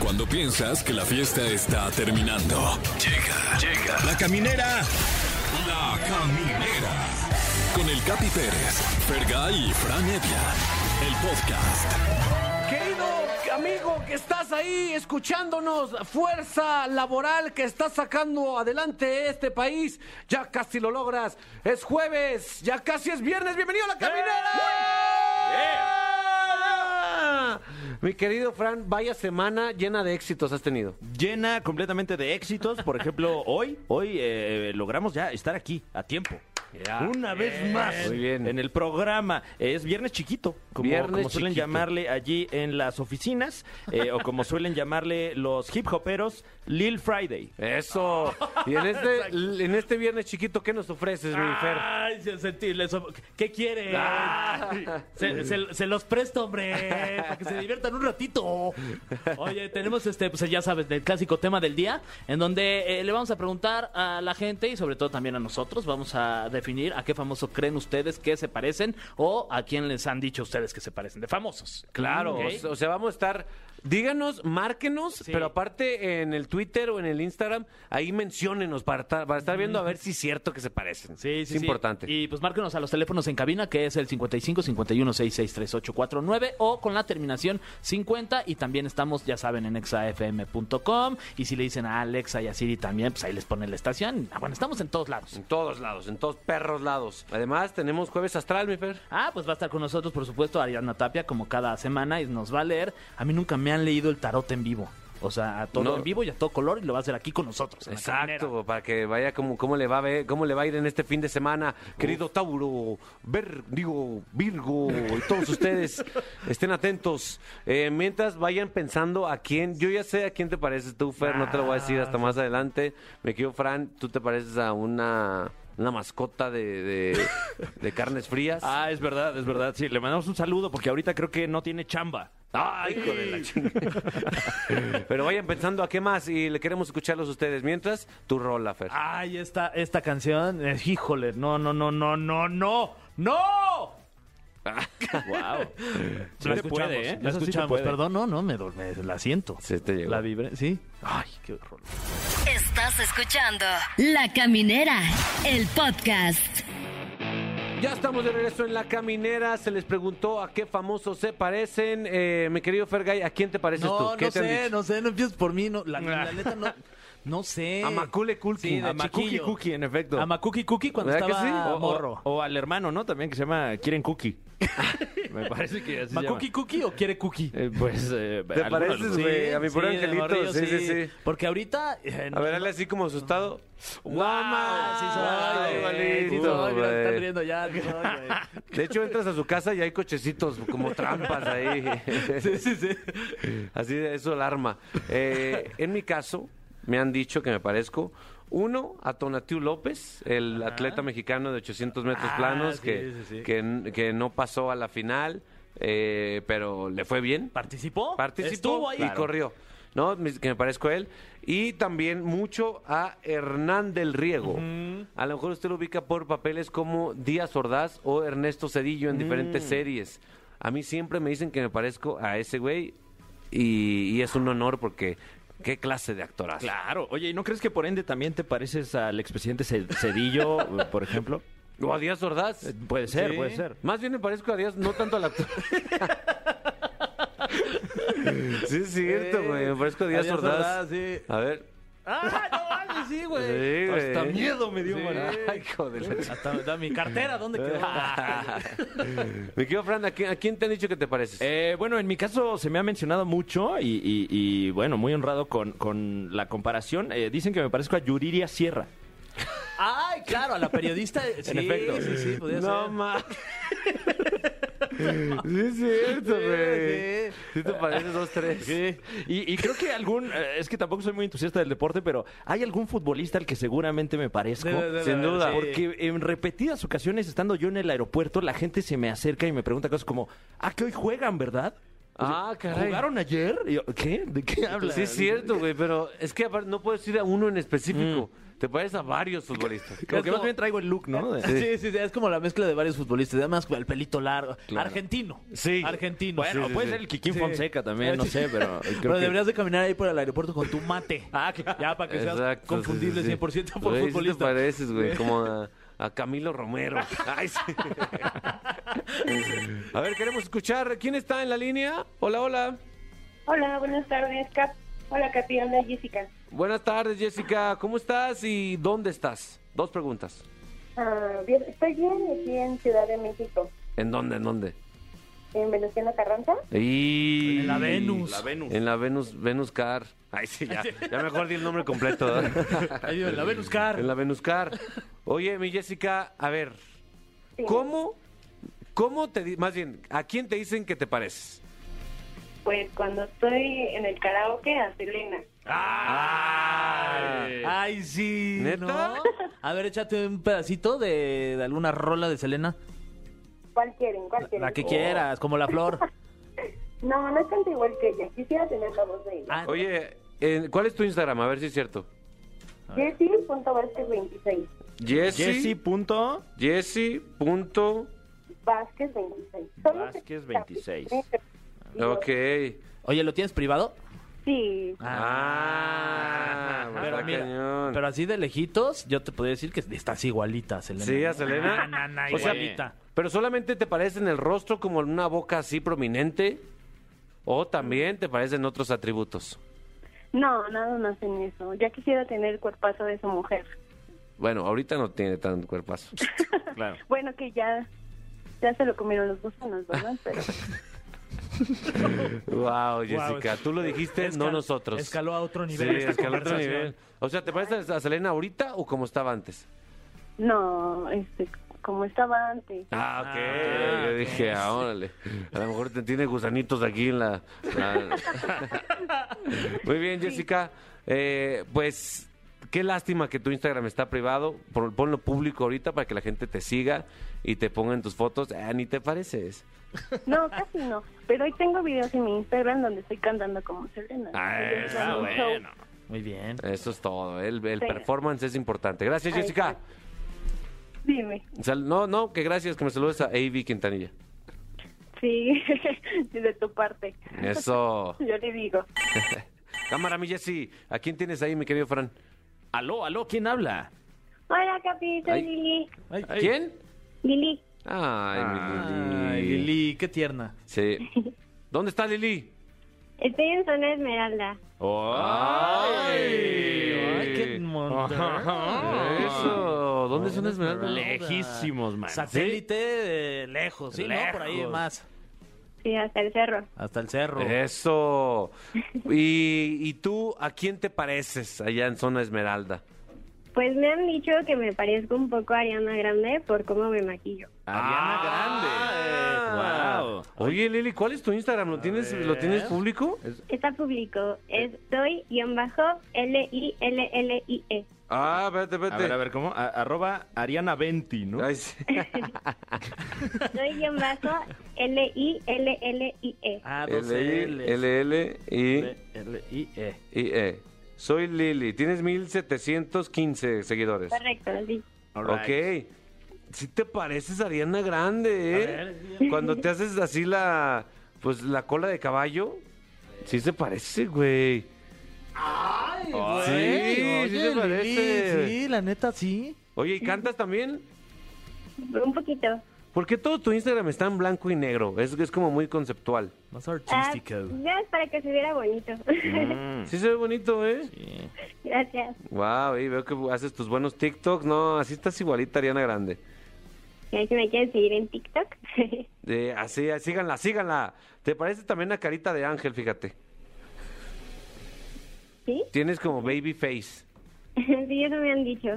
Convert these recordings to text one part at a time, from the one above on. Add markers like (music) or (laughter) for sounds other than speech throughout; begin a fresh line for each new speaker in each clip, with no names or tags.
Cuando piensas que la fiesta está terminando. Llega, llega. La caminera. La caminera. Con el Capi Pérez, Fergay y Fran Evia. El podcast.
Querido amigo que estás ahí escuchándonos, fuerza laboral que está sacando adelante este país, ya casi lo logras. Es jueves, ya casi es viernes. Bienvenido a la caminera. Mi querido Fran, vaya semana llena de éxitos has tenido.
llena completamente de éxitos. Por
(laughs)
ejemplo, hoy, hoy eh, logramos ya estar aquí a tiempo. Una vez más
Muy bien.
en el programa. Es viernes chiquito, como,
Viernes
como suelen
chiquito.
llamarle allí en las oficinas, eh, o como suelen llamarle los hip hoperos, Lil Friday.
Eso. Y en este, en este viernes chiquito, ¿qué nos ofreces, mi
Ah,
Fer?
Ay, se- sentí- les of- ¿Qué quiere?
Ah.
Se, se- se los presto, hombre, para que se diviertan un ratito. Oye, tenemos este, pues ya sabes, el clásico tema del día, en donde eh, le vamos a preguntar a la gente y sobre todo también a nosotros, vamos a definir a qué famoso creen ustedes que se parecen o a quién les han dicho ustedes que se parecen de famosos.
Claro,
Ok.
o se- o sea, vamos a estar. Díganos, márquenos, pero aparte en el Twitter o en el Instagram, ahí menciónenos para, ta- para estar viendo a ver si es cierto que se parecen.
Sí, sí,
Es
sí.
importante.
Y pues márquenos a los teléfonos en cabina, que es el 55 51 663849 o con la terminación 50. Y también estamos, ya saben, en exafm.com. Y si le dicen a Alexa y a Siri también, pues ahí les pone la estación. Ah, Bueno, estamos en todos lados.
En todos lados, en todos perros lados. Además, tenemos Jueves Astral, mi Fer.
Ah, pues va a estar con nosotros, por supuesto, Ariadna Tapia, como cada semana, y nos va a leer. A mí nunca me han leído el tarot en vivo. O sea, a todo
No.
en vivo y a todo color, y lo va a hacer aquí con nosotros. en la caminera.
Exacto, para que vaya como cómo le va a ver, cómo le va a ir en este fin de semana, querido Tauro, Ver, digo Virgo y todos
(laughs)
ustedes estén atentos. Eh, mientras vayan pensando a quién, yo ya sé a quién te pareces tú, Fer, no te lo voy a decir
Ah.
hasta más adelante. Me quedo Fran, tú te pareces a una una mascota de,
(laughs)
de- de carnes frías.
Ah, es verdad, es verdad. Sí, le mandamos un saludo porque ahorita creo que no tiene chamba.
Ay, hijo de la
(laughs)
chingada. Pero vayan pensando a qué más y le queremos escucharlos ustedes. Mientras, tu rola, Fer.
Ay, esta, esta canción, eh, híjole, no, no, no, no, no, no,
(laughs)
no.
Wow.
La escuchamos,
¿eh?
La escuchamos, Pues perdón, no, no, me, dol- me la siento.
Sí, te llegó.
La vibre, sí. Ay, qué horror.
Estás escuchando La Caminera, el podcast.
Ya estamos de regreso en la caminera. Se les preguntó a qué famosos se parecen. Eh, mi querido Fergay, ¿a quién te pareces tú?
No,
¿Qué
no
te han
sé,
dicho?
no sé, no empieces por mí, no, la, la neta no, no sé.
A Macule Culkin.
Sí, de
A Macuki
chiquillo.
Cookie, en efecto.
A Macuki Cookie cuando
¿Verdad
estaba
que sí?
o,
morro.
o al hermano, ¿no? También que se llama Quieren Cookie.
(laughs)
(laughs) Me parece que así se llama.
¿Macuki Cookie o quiere Cookie?
Eh, pues, eh, alguno
pareces,
de los-
güey? a mi pobre
de
angelito,
morrillo,
sí, sí, sí.
Porque ahorita... eh,
A ver, hazle así como asustado.
Ah,
¡Guama!
sí soy, güey, sí
igualito,
soy, mira, me están
güey.
riendo ya, sí soy, güey.
(laughs) De hecho, entras a su casa y hay cochecitos como trampas ahí.
(laughs) Sí, sí, sí.
Así de eso alarma. Eh, en mi caso, me han dicho que me parezco. Uno, a Tonatiu López, el atleta mexicano de 800 metros
Ah,
planos,
sí,
que,
sí, sí.
Que, n- que no pasó a la final, eh, pero le fue bien.
¿Participó?
Participó
Estuvo ahí.
y corrió. ¿no? Mis- Que me parezco a él. Y también mucho a Hernán del Riego. A lo mejor usted lo ubica por papeles como Díaz Ordaz o Ernesto Cedillo en diferentes
Mm.
series. A mí siempre me dicen que me parezco a ese güey y, y es un honor porque qué clase de actorazo.
Claro. Oye, ¿y no crees que por ende también te pareces al expresidente Ce-
(laughs)
Cedillo, eh, por ejemplo?
¿O a Díaz Ordaz?
Eh, Puede ser, puede ser.
Más bien me parezco a Díaz, no tanto al actor. (laughs) sí, es cierto, güey. Me parezco a Díaz,
Díaz
Ordaz.
Ordaz, sí.
A ver.
¡Ah, no mames, sí, güey!
Sí, güey.
Hasta miedo me dio,
Sí.
mano.
Ay, hijo de la ch-
Hasta da mi cartera, ¿dónde quedó?
(laughs) Mi querido Fran, ¿a quién, a quién te han dicho que te pareces?
Eh, bueno, en mi caso se me ha mencionado mucho y, y- y, bueno, muy honrado con, con la comparación. Eh, dicen que me parezco a Yuriria Sierra.
Ay, claro, a la periodista.
(laughs)
Sí,
efecto.
sí, sí, podía
no
ser.
más. sí, es cierto,
Sí,
güey. Sí,
sí.
te pareces dos, tres.
Y, y creo que algún, eh, es que tampoco soy muy entusiasta del deporte, pero hay algún futbolista al que seguramente me parezco.
Debe, debe
Sin haber, duda. sí.
Porque en repetidas ocasiones, estando yo en el aeropuerto, la gente se me acerca y me pregunta cosas como, ah, que hoy juegan, ¿verdad?
Ah, caray. Pues
¿Jugaron ayer? Y yo, ¿Qué? ¿De qué hablas?
Sí, es cierto, güey, pero es que aparte no puedes ir a uno en específico. Te pareces a varios (laughs) futbolistas.
Como que
Es
más
como-
bien traigo el look, ¿no? De-
Sí. sí, sí, es como la mezcla de varios futbolistas, además el pelito largo, argentino.
Sí.
Argentino.
Bueno,
Sí, sí,
puede
sí.
ser el Kikín
Sí.
Fonseca también, no sé,
(laughs)
pero. creo
Pero
que-
deberías de caminar ahí por el aeropuerto con tu mate. Ah, Ya, para que seas
Exacto,
confundible
sí, sí, sí.
100% por
Güey, sí te
futbolista.
pareces, güey, como a, a Camilo (laughs) Romero. Ay, sí. A ver, queremos escuchar. ¿Quién está en la línea? Hola, hola.
Hola, buenas tardes, Cap. Hola, Capi, habla Jessica.
Buenas tardes, Jessica. ¿Cómo estás y dónde estás? Dos preguntas.
Ah, bien, estoy bien aquí en Ciudad de México,
¿En dónde? ¿En dónde?
en Venustiano Carranza.
Y...
En la Venus.
La Venus.
En la Venus, Venus Car. Ay, sí, ya, ya mejor di el nombre completo. ¿verdad?
Ahí la ven buscar.
En la Venuscar. Oye, mi Jessica, a ver,
Sí.
¿cómo, cómo te, di- más bien, a quién te dicen que te pareces?
Pues cuando estoy en el karaoke a Selena.
Ay, sí.
¿Neta?
¿no? A ver, échate un pedacito de, de alguna rola de Selena.
¿Cuál quieren? ¿Cuál quieren?
La
Oh.
que quieras, como la flor.
No, no canta igual que ella. Quisiera tener la voz de ella.
Ah,
Oye, eh, ¿cuál es tu Instagram? A ver si es cierto.
Jessy.Vázquez26.
Jessy.
Jessy.
punto-
Jessy. Punto.
Vázquez26.
Vázquez 26.
Ok.
Oye, ¿lo tienes privado?
Sí.
Ah,
Pero
está
mira,
cañón.
pero así de lejitos, yo te podría decir que estás igualita, Selena. Ah,
Sí, a Selena.
Na, na, na,
O sea,
igualita.
Pero solamente te parece en el rostro como en una boca así prominente. O también te parecen otros atributos.
No, nada más en eso. Ya quisiera tener el cuerpazo de su mujer.
Bueno, ahorita no tiene tan cuerpazo.
Claro.
Bueno, que ya, ya se lo comieron los gusanos, ¿verdad? Pero...
Wow, Jessica,
es-
tú lo dijiste, no
escal-
nosotros.
Escaló a otro
Sí,
nivel. esta
escaló a otro
conversación.
nivel. O sea, ¿te pareces a Selena ahorita o como estaba antes?
No, este, como estaba antes.
Ah, ok.
Ah,
Yo
ok.
dije, ah, órale. A lo mejor te tiene gusanitos aquí en la. la- Muy bien, Jessica. Eh, pues. Qué lástima que tu Instagram está privado. Por- Ponlo público ahorita para que la gente te siga y te ponga en tus fotos. Ah, ni te pareces.
No, casi no. Pero hoy tengo videos en mi Instagram donde estoy cantando como Selena.
Ah,
Entonces,
ah,
en un show.
Bueno.
Muy bien.
Eso es todo. El, el
Sí.
performance es importante. Gracias,
Ahí
Jessica.
está. Dime.
Sal- no, no, que gracias, que me saludes a A.B. Quintanilla.
Sí, (laughs) de tu parte.
Eso. (laughs)
Yo le digo.
Cámara, mi Jessy. ¿A quién tienes ahí, mi querido Fran?
Aló, aló, ¿quién habla?
Hola, Capito,
Ay.
Lili.
¿Quién?
Lili,
Ay, mi
Ay,
Lili.
Lili, qué tierna.
Sí. ¿Dónde está Lili?
estoy en zona Esmeralda.
Ay, qué montón.
Eso. ¿Dónde son Esmeralda?
Lejísimos, man.
Satélite de lejos, ¿sí? ¿no? Por ahí
Lejos.
más.
Sí, hasta el cerro.
Hasta el cerro.
Eso. ¿Y, y tú a quién te pareces allá en zona Esmeralda?
Pues me han dicho que me parezco un poco a Ariana Grande por cómo me maquillo.
Ariana
Ah, eh,
Grande. Wow.
Oye, Lili, ¿cuál es tu Instagram? ¿Lo tienes, ¿lo tienes público?
Está público. Es soy-L-I-L-L-I-E.
Ah, vete,
A ver, a ver, ¿cómo? A- arroba Ariana Venti, ¿no?
Ay, sí.
Soy-L-I-L-L-I-E.
Ah, dos
L,
Ls.
L, L, I,
L-I-E.
I, E. Soy Lili, tienes 1715 seguidores.
Correcto, sí.
All right.
Ok. Si te pareces a Ariana Grande, ¿eh?
A ver,
Cuando te haces así la pues la cola de caballo, sí se parece, güey.
Güey,
sí,
oye,
sí se
Lili,
parece.
sí, la neta, sí.
Oye, ¿y cantas también?
Un poquito.
¿Por qué todo tu Instagram está en blanco y negro? Es, es como muy conceptual.
Más
Ah,
artístico.
ya es para que se viera bonito.
Mm.
Sí se ve bonito, ¿eh?
(laughs) Gracias.
Wow, y veo que haces tus buenos TikToks. No, así estás igualita, Ariana Grande.
Ya si me quieren seguir en TikTok. (laughs)
Eh, así, síganla, síganla. ¿Te parece también a Carita de Ángel, fíjate?
¿Sí?
Tienes como baby face.
sí, eso me han dicho.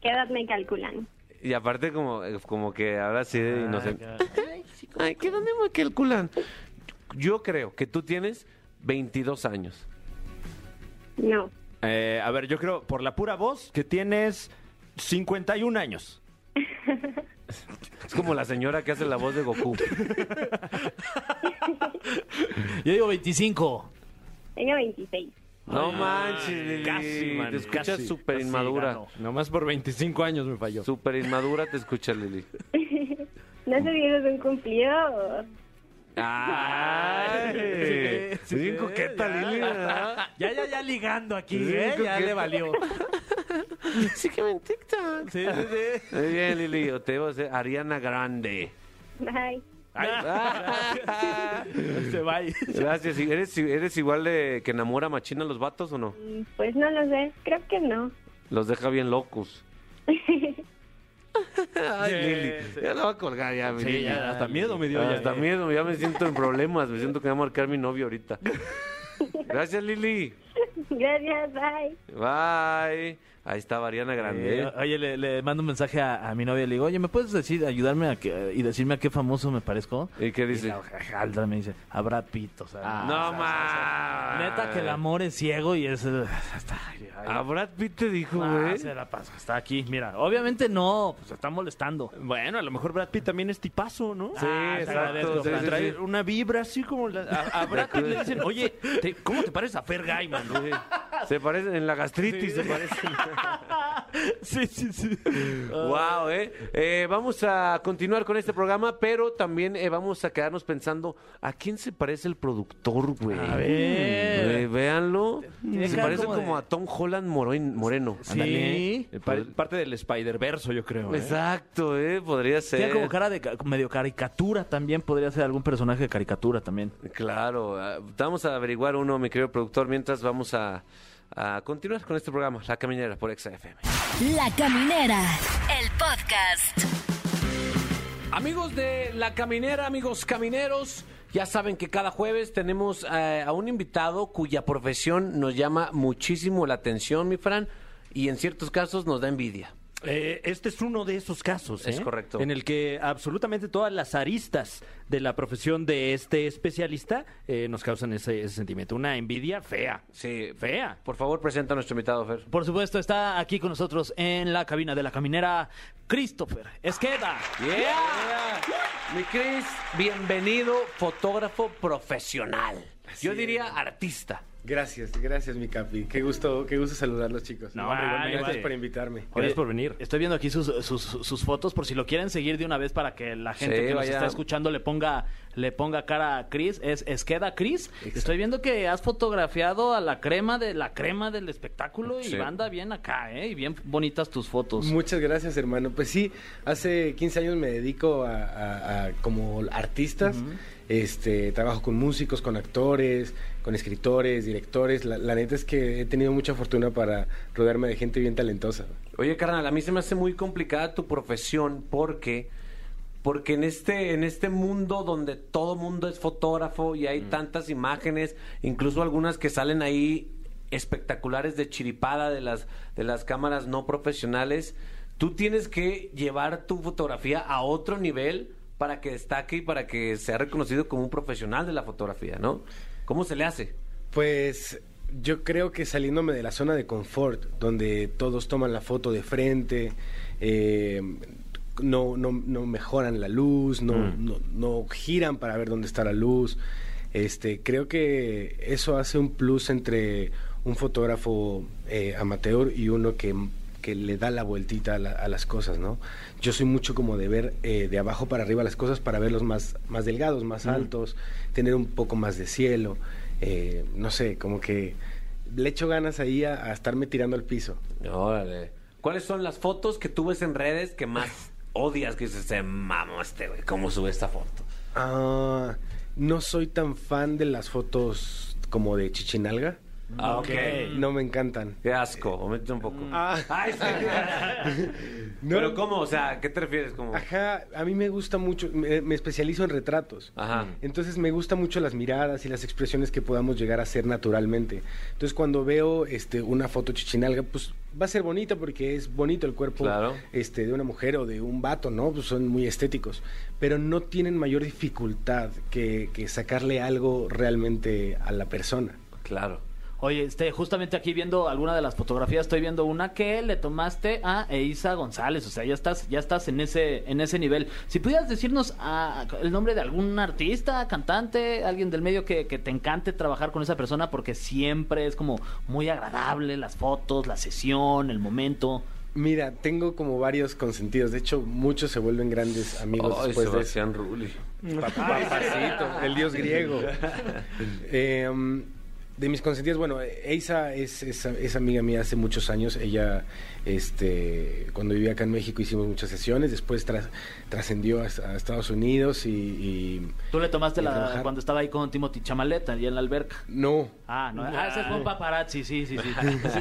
¿Qué edad me calculan?
Y aparte como, como que ahora sí de inocente.
Ah,
Ay, ¿qué dónde me calculan? Yo creo que tú tienes 22 años.
No.
Eh, a ver, yo creo, por la pura voz, que tienes 51 años.
Es como la señora que hace la voz de Goku.
Yo digo 25.
Tengo 26.
No manches, Lili.
casi, mano,
te escuchas
casi,
súper
casi ah,
inmadura.
gano.
Nomás por 25 años me falló.
Súper inmadura te escuchas, Lili.
No sé si eso es un cumplido o...
¡Ay!
Sí,
bien
sí,
coqueta,
ya.
Lili. ¿verdad?
Ah, Ya, ya, ya ligando aquí,
Sí,
¿eh?
creo
Ya
que-
le valió.
Sígueme en TikTok.
Sí, sí, sí.
Muy bien, Lili. Yo te debo ser Ariana Grande. ah.
Bye.
(laughs) Se va ahí.
Gracias. ¿Y ¿Eres, eres igual de que enamora machina a los vatos o no?
Mm, Pues no lo sé, creo que no. (laughs)
Los deja bien locos. Ay, Lili. Ya la va a colgar ya, mi Lili.
ya, hasta miedo me dio. ya.
Hasta miedo, ya me siento en problemas. Me siento que va a marcar mi novio ahorita. Gracias, Lili.
Gracias, bye.
Bye. Ahí está Ariana Grande.
Eh, oye, le, le mando un mensaje a, a mi novia y le digo, oye, ¿me puedes decir, ayudarme a que- y decirme a qué famoso me parezco?
¿Y qué dice? Ah.
Y la Alejandra me dice, a Brad Pitt, o sea,
Ah,
no
o sea,
más.
Neta que el amor es ciego y es... eh, Está, ay, ay,
A Brad Pitt te dijo, ¿eh?
ah,
güey.
se la paso, está aquí, mira. Obviamente no, pues está molestando.
Bueno, a lo mejor Brad Pitt también es tipazo, ¿no?
Sí,
Ah, te
exacto.
agradezco,
sí,
Fran.
sí,
Trae
sí.
una vibra así como la, a, a Brad Pitt le dicen, oye, te- ¿cómo te pareces a Fer Gaiman? no?" (laughs)
Sí. Se parecen en la gastritis, se parecen.
Sí, sí, sí.
wow, eh. Eh, Vamos a continuar con este programa, pero también eh, vamos a quedarnos pensando a quién se parece el productor, güey.
A ver.
Eh, véanlo.
Tiene
Se
cara
parece
como de-
como a Tom Holland Moroin- Moreno.
Sí.
Eh, pa- Parte del Spider-Verso, yo creo. ¿eh?
Exacto, eh. Podría ser.
Tiene como cara de ca- medio caricatura también, podría ser algún personaje de caricatura también.
Claro, ah, vamos a averiguar uno, mi querido productor, mientras vamos a, a continuar con este programa, La Caminera por XFM.
La Caminera, el podcast.
Amigos de La Caminera, amigos camineros, ya saben que cada jueves tenemos eh, a un invitado cuya profesión nos llama muchísimo la atención, mi Fran, y en ciertos casos nos da envidia.
Eh, este es uno de esos casos.
Es
¿eh?
correcto.
En el que absolutamente todas las aristas de la profesión de este especialista eh, nos causan ese, ese sentimiento. Una envidia fea.
Sí,
Fea.
Por favor, presenta a nuestro invitado, Fer.
Por supuesto, está aquí con nosotros en la cabina de la caminera Christopher Esqueda.
Yeah. Mi Cris, bienvenido, fotógrafo profesional. Yo diría artista.
Gracias, gracias mi capi. Qué gusto, qué gusto saludarlos chicos.
No, hombre, igualmente.
gracias por invitarme.
Gracias por venir.
Estoy viendo aquí sus, sus, sus fotos por si lo quieren seguir de una vez para que la gente
Sí,
que nos
vaya.
está escuchando le ponga, le ponga cara a Chris. Es Esqueda Chris. Estoy viendo que has fotografiado a la crema de la crema del espectáculo
Sí.
y banda bien acá, ¿eh? Y bien bonitas tus fotos.
Muchas gracias hermano. Pues sí, hace 15 años me dedico a, a- a- como artistas. Este, trabajo con músicos, con actores, con escritores, directores. La, la neta es que he tenido mucha fortuna para rodearme de gente bien talentosa.
Oye, carnal, a mí se me hace muy complicada tu profesión porque porque en este en este mundo donde todo mundo es fotógrafo y hay tantas imágenes, incluso algunas que salen ahí espectaculares de chiripada de las de las cámaras no profesionales, tú tienes que llevar tu fotografía a otro nivel para que destaque y para que sea reconocido como un profesional de la fotografía, ¿no? ¿Cómo se le hace?
Pues yo creo que saliéndome de la zona de confort, donde todos toman la foto de frente, eh, no, no, no mejoran la luz, no, no, no giran para ver dónde está la luz. Este, creo que eso hace un plus entre un fotógrafo eh, amateur y uno que, que le da la vueltita a, la- a las cosas, ¿no? Yo soy mucho como de ver eh, de abajo para arriba las cosas para verlos más, más delgados, más altos, tener un poco más de cielo eh, no sé, como que le echo ganas ahí a, a estarme tirando al piso.
Órale. ¿Cuáles son las fotos que tú ves en redes que más (laughs) odias? Que dices, se mamó este güey, ¿cómo sube esta foto?
Ah, no soy tan fan de las fotos como de Chichinalga.
Ah, ok.
No me encantan.
Qué asco, omete un poco.
Ah.
Ay, sí.
(laughs) No.
Pero ¿cómo? O sea, ¿qué te refieres? Como...
Ajá, a mí me gusta mucho, me, me especializo en retratos.
Ajá.
Entonces me gusta mucho las miradas y las expresiones que podamos llegar a hacer naturalmente. Entonces cuando veo este, una foto chichinalga, pues va a ser bonita porque es bonito el cuerpo
Claro.
este, de una mujer o de un vato, ¿no? Pues son muy estéticos. Pero no tienen mayor dificultad que, que sacarle algo realmente a la persona.
Claro.
Oye, este, justamente aquí viendo alguna de las fotografías, estoy viendo una que le tomaste a Eisa González. O sea, ya estás, ya estás en ese, en ese nivel. Si pudieras decirnos ah, el nombre de algún artista, cantante, alguien del medio que, que te encante trabajar con esa persona, porque siempre es como muy agradable las fotos, la sesión, el momento.
Mira, tengo como varios consentidos. De hecho, muchos se vuelven grandes amigos
Ay,
después de eso.
Sebastián Rulli.
Pap- Papacito, el
(laughs)
dios griego. Eh, de mis consentidas, bueno, Eisa es, es- es amiga mía hace muchos años. Ella, este, cuando vivía acá en México, hicimos muchas sesiones. Después tras- trascendió a, a Estados Unidos y, y-
Tú le tomaste
Y
la,
trabajar.
cuando estaba ahí con Timothy Chamalet, allá en la alberca.
no,
Ah, no, ah, ese fue un paparazzi, sí, sí,
(laughs)
sí.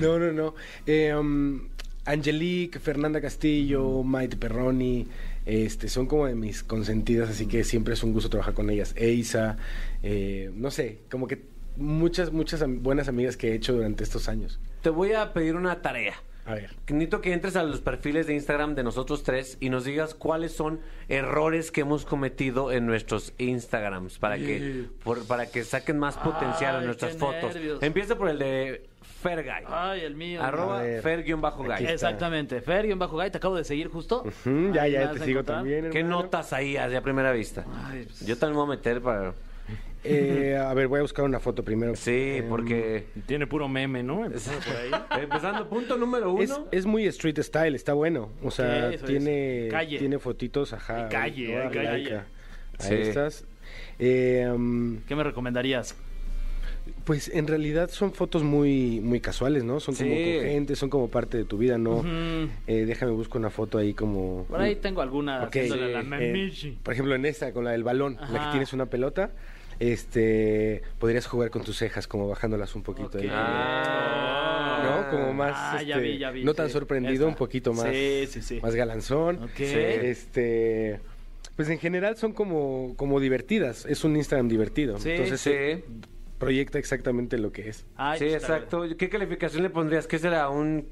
no, no, no. Eh, um, Angelique, Fernanda Castillo, Maite Perroni, este, son como de mis consentidas, así que siempre es un gusto trabajar con ellas. Eisa, eh, no sé, como que muchas, muchas am- buenas amigas que he hecho durante estos años.
Te voy a pedir una tarea.
A ver.
Necesito que entres a los perfiles de Instagram de nosotros tres y nos digas cuáles son errores que hemos cometido en nuestros Instagrams para que por- para que saquen más potencial a
Ay,
nuestras
qué
fotos.
nervios.
Empieza por el de Fergay.
Ay, el mío.
Arroba
A ver.
Fer-Gay.
Aquí está.
Exactamente. Fer, bajo gay, te acabo de seguir justo.
Mm, ya,
Ahí Ah, me
ya,
vas
te
a
sigo
encontrar.
también.
¿Qué
hermano.
notas ahí así a primera vista?
Ay, pues.
Yo también me voy a meter para...
Eh, a ver, voy a buscar una foto primero. Eh,
Sí,
Em,
porque...
Tiene puro
(laughs)
meme, ¿no? Empezando por ahí.
Empezando, punto número uno.
Es, es muy street style, está bueno. O sea,
Ok, eso es.
tiene,
Calle.
tiene fotitos, ajá.
Hay calle,
voy a
hay
darle
calle.
like a- a
Sí.
estas. Eh, um,
¿Qué me recomendarías?
Pues en realidad son fotos muy, muy casuales, ¿no? Son como
Sí.
con gente, son como parte de tu vida, ¿no?
Ujú.
Eh, déjame busco una foto ahí como...
Por ahí tengo alguna.
Ok.
haciéndole a Ah, la
Eh,
memichi.
por ejemplo, en esta, con la del balón, en la
Ajá.
que tienes una pelota, este, podrías jugar con tus cejas, como bajándolas un poquito ahí.
Ok.
Ah.
¿No? Como más...
Ah, ya
este,
vi, ya vi,
No tan
sí.
sorprendido, un
Esta.
poquito más...
Sí, sí, sí.
Más galanzón.
Ok.
Este... Pues en general son como, como divertidas. Es un Instagram divertido.
Sí,
Entonces
Sí,
eh, proyecta exactamente lo que es.
Ay, pues,
sí,
está
exacto. ¿Qué calificación le pondrías? ¿Qué será? ¿Un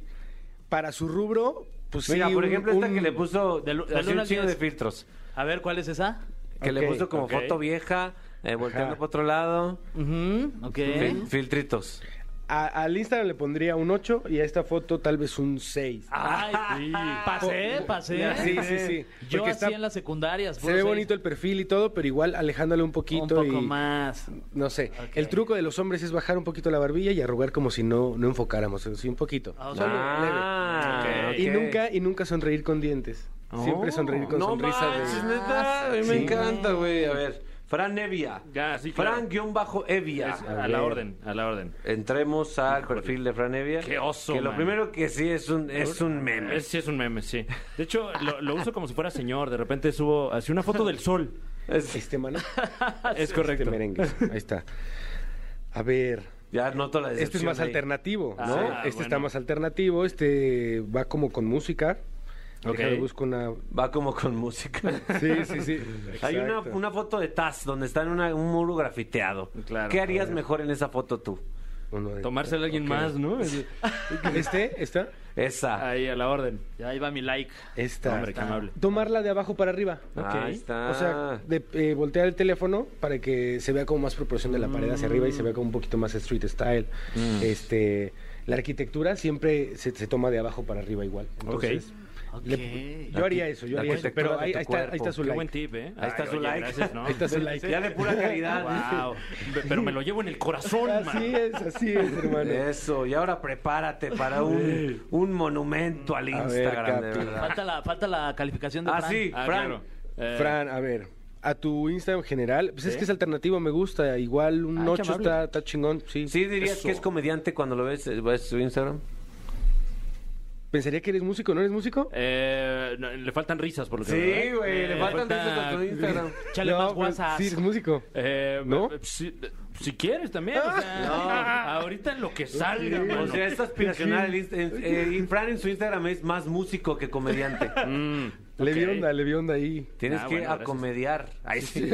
Para su rubro, pues
Mira,
sí,
por
un-
ejemplo, esta
un-
que le puso
del-
así
del uno
un
al
chingo de
diez.
filtros.
bien. A ver, ¿cuál es esa?
Que le
Ok,
puso como
ok.
foto vieja, eh, volteando
Ajá.
para otro lado.
Ujú, Ok.
fil- filtritos.
a- al Instagram le pondría un 8 y a esta foto tal vez un 6.
Ay,
Ah, (laughs)
(laughs)
pasé, pasé.
Sí, sí, sí.
Yo
Porque
así
está-
en las secundarias.
Se ve bonito el perfil y todo, pero igual alejándole un poquito
Un poco
y
más.
no sé.
Ok.
El truco de los hombres es bajar un poquito la barbilla y arrugar como si no no enfocáramos, así un poquito.
Ah, o sea,
Ah, ok.
Y nunca y nunca sonreír con dientes. Siempre sonreír con
No
sonrisa de-
manches, neta. A mí me
Sí.
encanta, güey. A ver. Fran Nevia.
Ya, sí, claro.
Fran guión bajo Evia.
Es a la orden, a la orden.
Entremos al perfil de Fran Evia.
Qué oso,
Que lo
man.
primero que sí es un, es un meme.
Eh, Sí, es un meme, sí. De hecho, lo, lo uso como si fuera señor. De repente subo así una foto
(laughs)
del sol.
(laughs) este mano.
Ah,
Es correcto.
Este merengue. Ahí está. A ver.
Ya noto la
Este es
decepción
más
ahí.
alternativo, ¿no?
Ah,
este está
bueno.
más alternativo, este va como con música.
Ok.
Déjame busco una.
Va como con música.
Sí, sí, sí.
(laughs) Hay una,
Exacto.
una foto de Taz donde está en una- un muro grafiteado.
Claro.
¿Qué harías mejor en esa foto tú?
Uno de-
Tomársela a alguien
Ok.
más, ¿no?
(laughs)
Este, esta, Ah,
Esa.
Ahí, a la orden.
Ya ahí va mi like.
esta.
Hombre, qué amable.
Tomarla de abajo para arriba.
Ah, Ahí está.
O sea, de, eh, voltear el teléfono para que se vea como más proporción de la pared hacia arriba y se vea como un poquito más street style.
Mm.
Este, la arquitectura siempre se, se toma de abajo para arriba igual. Entonces,
Ok.
le- yo haría eso, yo
La
haría eso.
arquitectura
Pero
de
ahí,
tu
ahí está,
cuerpo.
ahí está su
Qué
like.
buen tip, ¿eh?
Ahí está
Ay,
su
oye,
like.
gracias, ¿no?
Ahí está su like.
Ya de pura
(laughs)
caridad.
Wow. Pero me lo llevo en el corazón, man.
Así es, así es,
(laughs)
hermano.
Eso, y ahora prepárate para un, un monumento al
A ver,
Instagram, de
Capi.
verdad.
Falta la, falta la calificación de
Ah,
Fran.
sí.
Ah,
Fran.
claro. Eh,
Fran, a ver, a tu Instagram general, pues es que es alternativo, me gusta. Igual un
Ah, qué
8
amable.
está, está chingón, sí.
¿Sí dirías
Eso.
que es comediante cuando lo ves, eh, ves su Instagram?
Pensaría que eres músico, ¿no eres músico?
eh, no, le faltan risas, por lo que
Sí,
veo,
güey,
¿verdad?
le
Eh,
faltan
falta-
risas a
(laughs)
tu Instagram.
Échale
No,
más
pero
guasas.
Sí, eres músico.
Eh,
¿No?
eh, Si, si quieres también. o sea,
Ah.
Ahorita en lo que salga, mano.
O sea, es aspiracional. el Insta- en- eh, y Fran en su Instagram es más músico que
(laughs)
comediante.
Mm,
Le vi
ok.
onda, le vi onda ahí.
Tienes
Ah,
que
bueno, gracias.
acomediar. Ahí sí.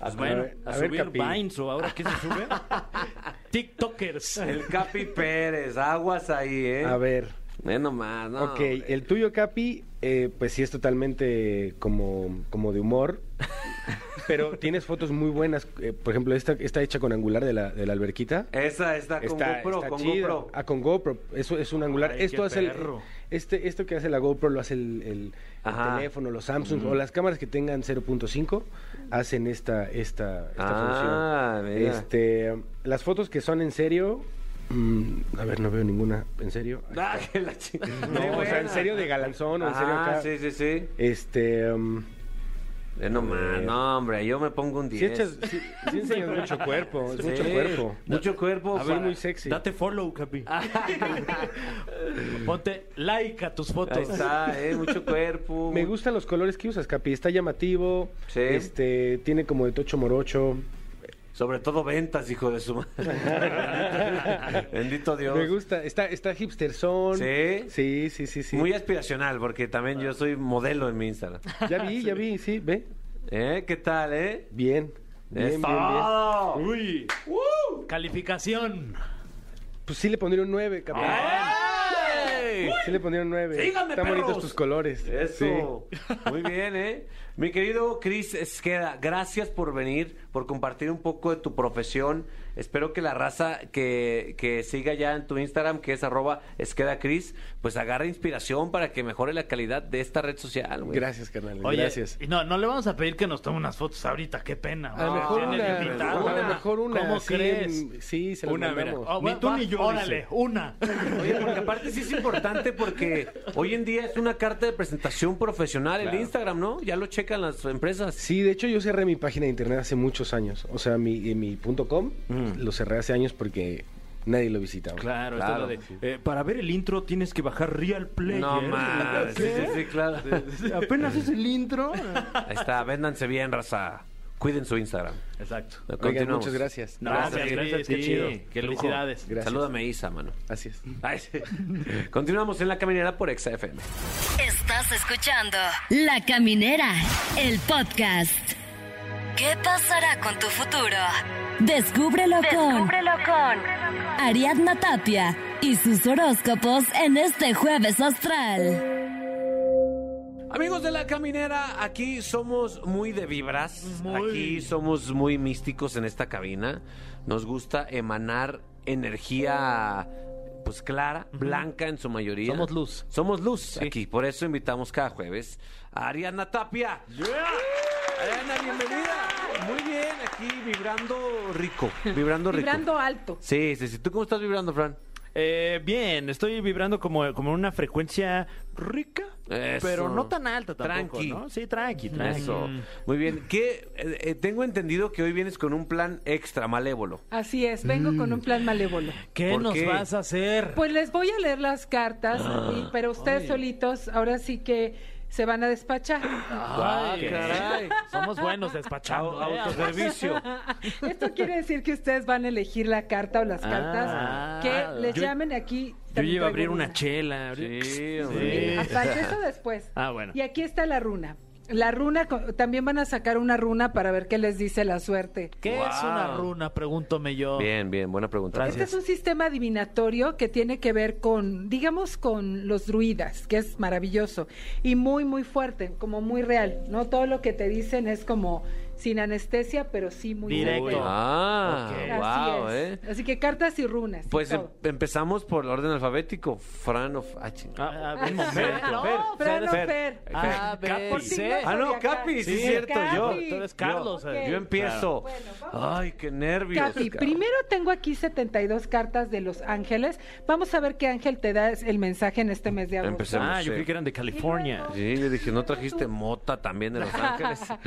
Pues bueno,
ver,
a,
a ver,
subir
Capi.
Vines o ahora qué se sube.
(laughs) TikTokers.
El Capi Pérez, aguas ahí, ¿eh?
A ver,
Ve nomás, no. (laughs)
ok, el tuyo, Capi, eh, pues sí es totalmente como, como de humor. Pero tienes fotos muy buenas. eh, por ejemplo, esta está hecha con angular de la, de la alberquita.
Esa está con
Está,
GoPro,
está
con
chida.
GoPro.
Ah, con GoPro. Eso es un angular.
Ay, qué
esto hace el-
perro.
este, esto que hace la GoPro lo hace el, el- el
Ajá.
teléfono, los Samsung o las cámaras que tengan 0.5 hacen esta esta, esta
Ah,
función.
mira.
Este, las fotos que son en serio. mm, a ver, no veo ninguna en serio.
(laughs) Ah, que la chingada.
No, o sea, en serio de galanzón o en serio
Ah,
acá.
sí, sí, sí.
Este, um,
Eh, no, man, no, hombre, yo me pongo un
sí
10.
echas- sí- sí enseñas mucho
(laughs)
cuerpo, es
Sí,
mucho cuerpo.
Mucho cuerpo.
Sí,
para- (laughs)
muy sexy.
Date follow, Capi. Ponte like a tus
Ahí
fotos.
está, eh, mucho cuerpo.
(laughs) Me gustan los colores que usas, Capi. Está llamativo.
Sí.
Este, tiene como de tocho morocho.
Sobre todo ventas, hijo de su
(laughs)
madre. (laughs) Bendito Dios.
Me gusta. Está, está hipsterzón.
Sí.
Sí, sí, sí, sí.
Muy aspiracional, porque también yo soy modelo en mi Instagram.
Ya vi, ya vi, sí, ve.
¿Eh? ¿Qué tal, eh?
Bien. Bien,
¡Es
bien, bien.
todo!
Uy. Calificación.
Pues sí le pondrían nueve, Capi.
Ah, ¡Ey!
Sí le pondrían nueve.
Síganme,
Están bonitos
perros.
tus colores.
Eso. Muy bien, ¿eh? Mi querido Chris Esqueda, gracias por venir, por compartir un poco de tu profesión. Espero que la raza que, que siga ya en tu Instagram, que es arroba Esqueda Chris, pues agarre inspiración para que mejore la calidad de esta red social,
Sí.
güey.
Gracias, carnal.
Oye,
Gracias.
y no, no le vamos a pedir que nos tome unas fotos ahorita, qué pena.
A lo
güey.
mejor
Ah, Tiene
una,
invitado.
a lo mejor una.
¿Cómo
sí,
crees?
en- Sí, se las
Una, mira.
mandamos.
Oh,
Ni
va-
tú
va,
ni yo,
Órale,
dice.
una.
Oye, porque aparte sí es importante porque hoy en día es una carta de presentación profesional el Instagram, ¿no? Ya lo checan las empresas.
Sí, de hecho yo cerré mi página de internet hace muchos años. O sea, mi, mi punto .com lo cerré hace años porque nadie lo visitaba.
Claro,
Claro.
esto es lo de. eh, para ver el intro tienes que bajar Real Player.
No mames, sí, sí, sí, claro.
Apenas es el intro.
Ahí está, véndanse bien, raza. Cuiden su Instagram.
Exacto.
Oigan,
Continuamos.
muchas gracias.
No,
Gracias,
gracias,
Chris,
qué
sí,
chido.
qué lujo.
Felicidades.
Gracias.
Salúdame, Isa, mano.
Así es.
Ay, sí. Continuamos en la caminera por Exa FM.
Estás escuchando La Caminera, el podcast. ¿Qué pasará con tu futuro? Descúbrelo, con Ariadna Tapia y sus horóscopos en este jueves astral.
Amigos de la caminera, aquí somos muy de vibras.
Muy.
Aquí somos muy místicos en esta cabina. Nos gusta emanar energía. Pues clara, blanca en su mayoría.
Somos luz.
Somos luz aquí. Por eso invitamos cada jueves a Ariana Tapia. Ariana, bienvenida. Muy bien, aquí vibrando rico. Vibrando rico.
Vibrando alto.
Sí, sí, sí. ¿Tú cómo estás vibrando, Fran?
Eh, bien, estoy vibrando como, como en una frecuencia rica,
Eso.
pero no tan alta tampoco,
Tranqui.
¿no? Sí, tranqui, tranqui.
Eso. Muy bien. ¿Qué, eh, eh, tengo entendido que hoy vienes con un plan extra malévolo.
Así es, vengo con un plan malévolo.
¿Qué
¿Por
nos
qué?
vas a hacer?
Pues les voy a leer las cartas,
Ah,
y- pero ustedes solitos ahora sí que se van a despachar.
Ah.
Ay,
¿qué?
caray. Somos buenos despachando.
Au-
¿eh?
autoservicio.
Esto quiere decir que ustedes van a elegir la carta o las cartas
Ah.
que les
Yo-
llamen aquí.
Yo
también
llevo a abrir
traigo
una chela.
(laughs) Sí, hombre.
Sí.
Aparte eso después.
Ah, bueno.
Y aquí está la runa. La runa, co- también van a sacar una runa para ver qué les dice la suerte.
¿Qué es
Wow.
una runa? Pregúntome yo.
Bien, bien. Buena pregunta.
Gracias.
Este es un sistema adivinatorio que tiene que ver con, digamos, con los druidas, que es maravilloso y muy, muy fuerte, como muy real, ¿no? Todo lo que te dicen es como sin anestesia, pero sí muy
Directo.
fuerte.
Ah,
Ok.
Así
wow,
es.
¿eh?
Así que cartas y runas. y
Pues em-
todo.
empezamos por orden alfabético. Fran of... Ah, chingada.
Ah, ah, un
Fer,
momento.
Fer,
Fran o
Fer,
Fer.
Fer.
Ah,
Capi.
Capi.
Sí.
Ah, no,
Zodiacal.
Capi, sí,
Sí,
es cierto,
Capi.
yo.
Tú eres
Carlos,
Yo,
eh.
yo empiezo.
Bueno, vamos.
Ay, qué nervios.
Capi,
cabrón.
primero tengo aquí 72 cartas de los ángeles. Vamos a ver qué ángel te da el mensaje en este mes de agosto.
Empecemos.
Ah,
sí.
yo creí que eran de California.
Sí, yo dije, ¿no trajiste mota también
(laughs)
de Los Ángeles? A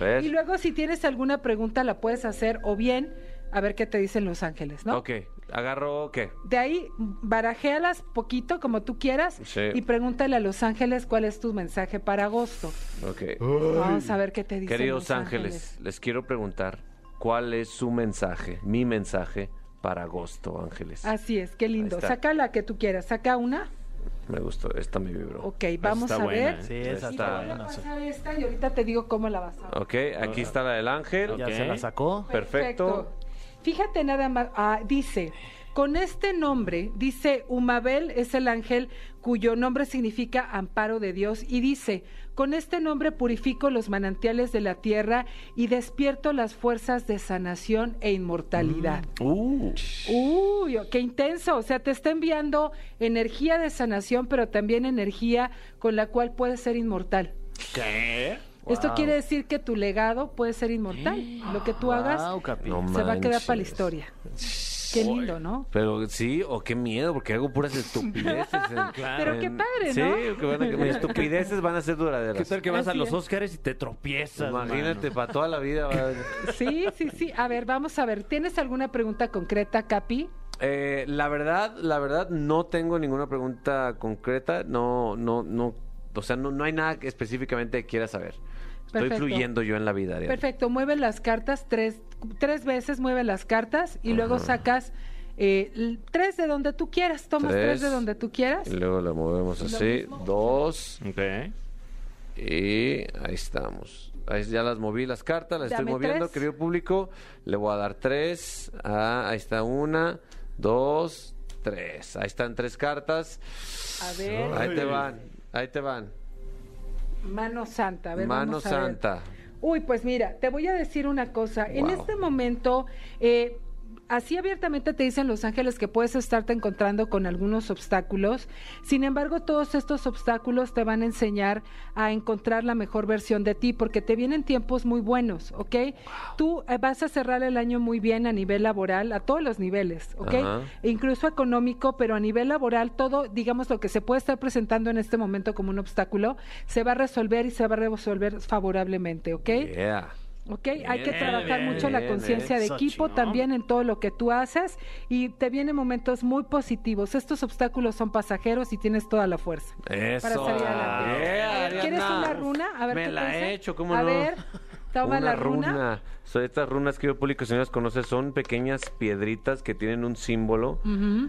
ver.
Y luego si tienes alguna pregunta la puedes hacer o bien a ver qué te dicen los ángeles, ¿no?
Ok, agarro, ¿qué?
De ahí barajéalas poquito como tú quieras
Sí.
y pregúntale a los ángeles cuál es tu mensaje para agosto.
Ok.
Vamos a ver qué te dicen
Queridos
los
ángeles,
ángeles.
les quiero preguntar cuál es su mensaje, mi mensaje para agosto, ángeles.
Así es, qué lindo.
está.
Saca la que tú quieras, saca una.
Me gustó, esta me vibró.
Ok, vamos
está
a
buena,
ver.
¿eh?
Sí, esa
Y
está
te
está
voy a
buena.
pasar esta y ahorita te digo cómo la vas a ver.
Ok, aquí está la del ángel.
Ya
Ok.
se la sacó.
Perfecto.
Fíjate nada más, ah, dice, Con este nombre, dice Umabel es el ángel cuyo nombre significa amparo de Dios y dice, con este nombre purifico los manantiales de la tierra y despierto las fuerzas de sanación e inmortalidad.
Uh,
Uy, qué intenso. O sea, te está enviando energía de sanación, pero también energía con la cual puedes ser inmortal.
¿Qué?
Esto quiere decir que tu legado puede ser inmortal. Lo que tú hagas
Guau, Capi.
No
se va a quedar
manches.
para la historia. Qué lindo, ¿no?
pero sí, o Oh, qué miedo, porque hago
(laughs)
puras estupideces. en-
Pero qué
en-
padre,
sí,
¿no?
que van a- mis estupideces van a ser duraderas.
¿Qué tal que vas a
Así
los
es.
Oscars y te tropiezas?
Imagínate,
mano?
para toda la vida. va-
Sí, sí, sí. A ver, vamos a ver. ¿Tienes alguna pregunta concreta, Capi?
Eh, la verdad, la verdad, no tengo ninguna pregunta concreta. No, no, no. O sea, no, no hay nada que específicamente que quiera saber. Estoy
Perfecto.
fluyendo yo en la vida. Ariadna.
Perfecto, mueve las cartas tres, tres veces, mueve las cartas y luego sacas eh, l- tres de donde tú quieras, tomas tres,
Tres.
de donde tú quieras.
Y luego la movemos así. Dos.
Ok.
Y ahí estamos. Ahí ya las moví las cartas, las
Dame
estoy moviendo,
tres.
querido público. Le voy a dar tres. Ah, ahí está una, dos, tres. Ahí están tres cartas.
A ver,
Ahí te van, ahí te van.
mano santa, a ver,
Mano
vamos a ver.
santa.
Uy, pues mira, te voy a decir una cosa. En
Wow.
este momento, eh, así abiertamente te dicen los ángeles que puedes estarte encontrando con algunos obstáculos. Sin embargo, todos estos obstáculos te van a enseñar a encontrar la mejor versión de ti, porque te vienen tiempos muy buenos, ¿ok? Tú eh, vas a cerrar el año muy bien a nivel laboral, a todos los niveles, ¿ok?
Ajá.
E incluso económico, pero a nivel laboral, todo, digamos, lo que se puede estar presentando en este momento como un obstáculo, se va a resolver y se va a resolver favorablemente, ¿ok?
Yeah.
¿Ok? Hay que
Bien,
trabajar
bien,
mucho la
bien,
conciencia de
eso,
equipo
chingón.
también en todo lo que tú haces y te vienen momentos muy positivos. Estos obstáculos son pasajeros y tienes toda la fuerza.
Eso.
Para salir adelante.
Yeah,
A ver, ¿Quieres
eh, Ariadna.
una runa? A ver,
Me
¿qué
la
te dice?
he hecho, ¿cómo
A
no?
ver, toma
una
la runa.
So, estas runas que yo público, señores, conoce son pequeñas piedritas que tienen un símbolo
Ujú.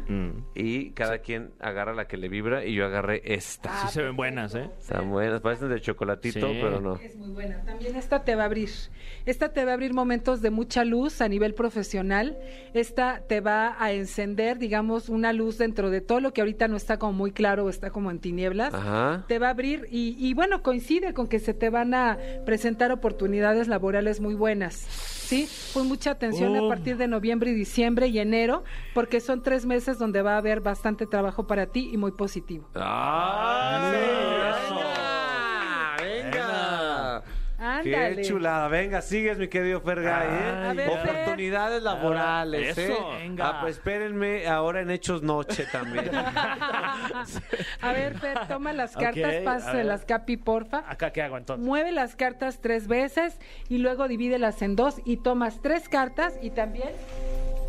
y cada quien agarra la que le vibra y yo agarré esta.
Ah,
Sí se ven buenas, ¿eh?
Están buenas, parecen de chocolatito,
Sí.
pero no.
Es muy buena. También esta te va a abrir. Esta te va a abrir momentos de mucha luz a nivel profesional. Esta te va a encender, digamos, una luz dentro de todo lo que ahorita no está como muy claro o está como en tinieblas.
Ajá.
te va a abrir y, y, bueno, coincide con que se te van a presentar oportunidades laborales muy buenas. ¿Sí? Pon mucha atención a partir de noviembre y diciembre y enero, porque son tres meses donde va a haber bastante trabajo para ti y muy positivo.
¡Ay!
Eso.
¡Venga!
Ándale.
Ah, ¡Qué chulada! Venga, sigues, mi querido Fergay. ¿eh?
Ay, A ver, ya. Fer.
Oportunidades laborales.
Eso.
¿eh?
Venga.
Ah, pues espérenme ahora en Hechos Noche también.
A ver, Fer, toma las
Ok,
cartas,
a
pásaselas,
ver. Ah,
Capi, porfa.
¿Acá qué hago entonces?
Mueve las cartas tres veces y luego divídelas en dos y tomas tres cartas y también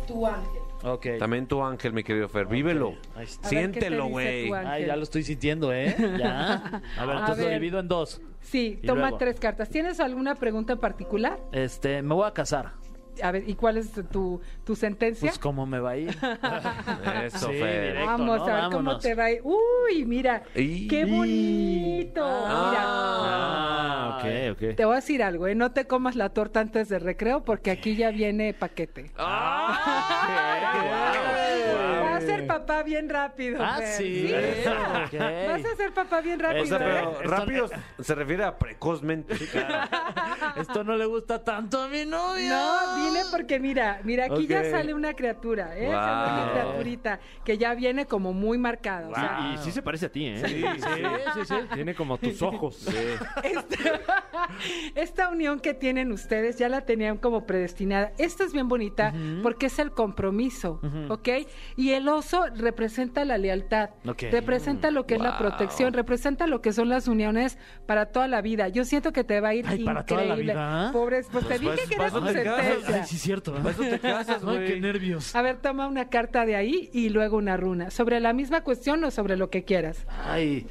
tu ángel.
Ok.
También tu ángel, mi querido Fer, vívelo.
Ahí está.
A ver, ¿qué te
Siéntelo,
dice
güey.
tu ángel?
Ay, ya lo estoy sintiendo, ¿eh? Ya. A ver,
A
entonces lo
ver.
divido en dos.
Sí,
Y
toma
luego.
tres cartas. ¿Tienes alguna pregunta en particular?
Este, me voy a casar.
A ver, ¿y cuál es tu, tu sentencia?
Pues cómo me va a ir.
(laughs) Eso,
Sí,
Fer.
directo,
Vamos
¿no?
a ver cómo
Vámonos.
te va. a ir. Uy, mira,
Y-
qué bonito. Mira,
Ah, ok, ok.
te voy a decir algo, ¿eh? no te comas la torta antes del recreo porque aquí ya viene paquete.
eh,
Va a ser papá bien rápido.
Ah,
Fer.
sí.
mira.
Ok.
(laughs) Vas a ser papá bien rápido.
O sea,
¿eh?
pero
Esto-
rápido se refiere a precozmente.
Esto no le gusta tanto a mi novia.
No, dile porque mira, mira, aquí ya
Ok.
sale una criatura, ¿eh?
Wow.
Sale una criaturita que ya viene como muy marcada. o sea,
Y, y sí se parece a ti, ¿eh? Sí, sí, sí. Tiene como tus ojos.
Esta, Este, esta unión que tienen ustedes ya la tenían como predestinada. Esta es bien bonita porque es el compromiso, ¿ok? Y el oso representa la lealtad,
Ok.
representa lo que es la protección, representa lo que son las uniones para toda la vida. Yo siento que te va a ir
Ay,
increíble.
¿para toda la vida?
Pobres, pues, te dije
pues,
que era
vas a
tu
tener que-
sentencia.
Ay, sí, es cierto. ¿eh?
te (laughs)
(laughs)
casas,
Ay,
güey.
qué nervios.
A ver, toma una carta de ahí y luego una runa. ¿Sobre la misma cuestión o sobre lo que quieras?
Ay,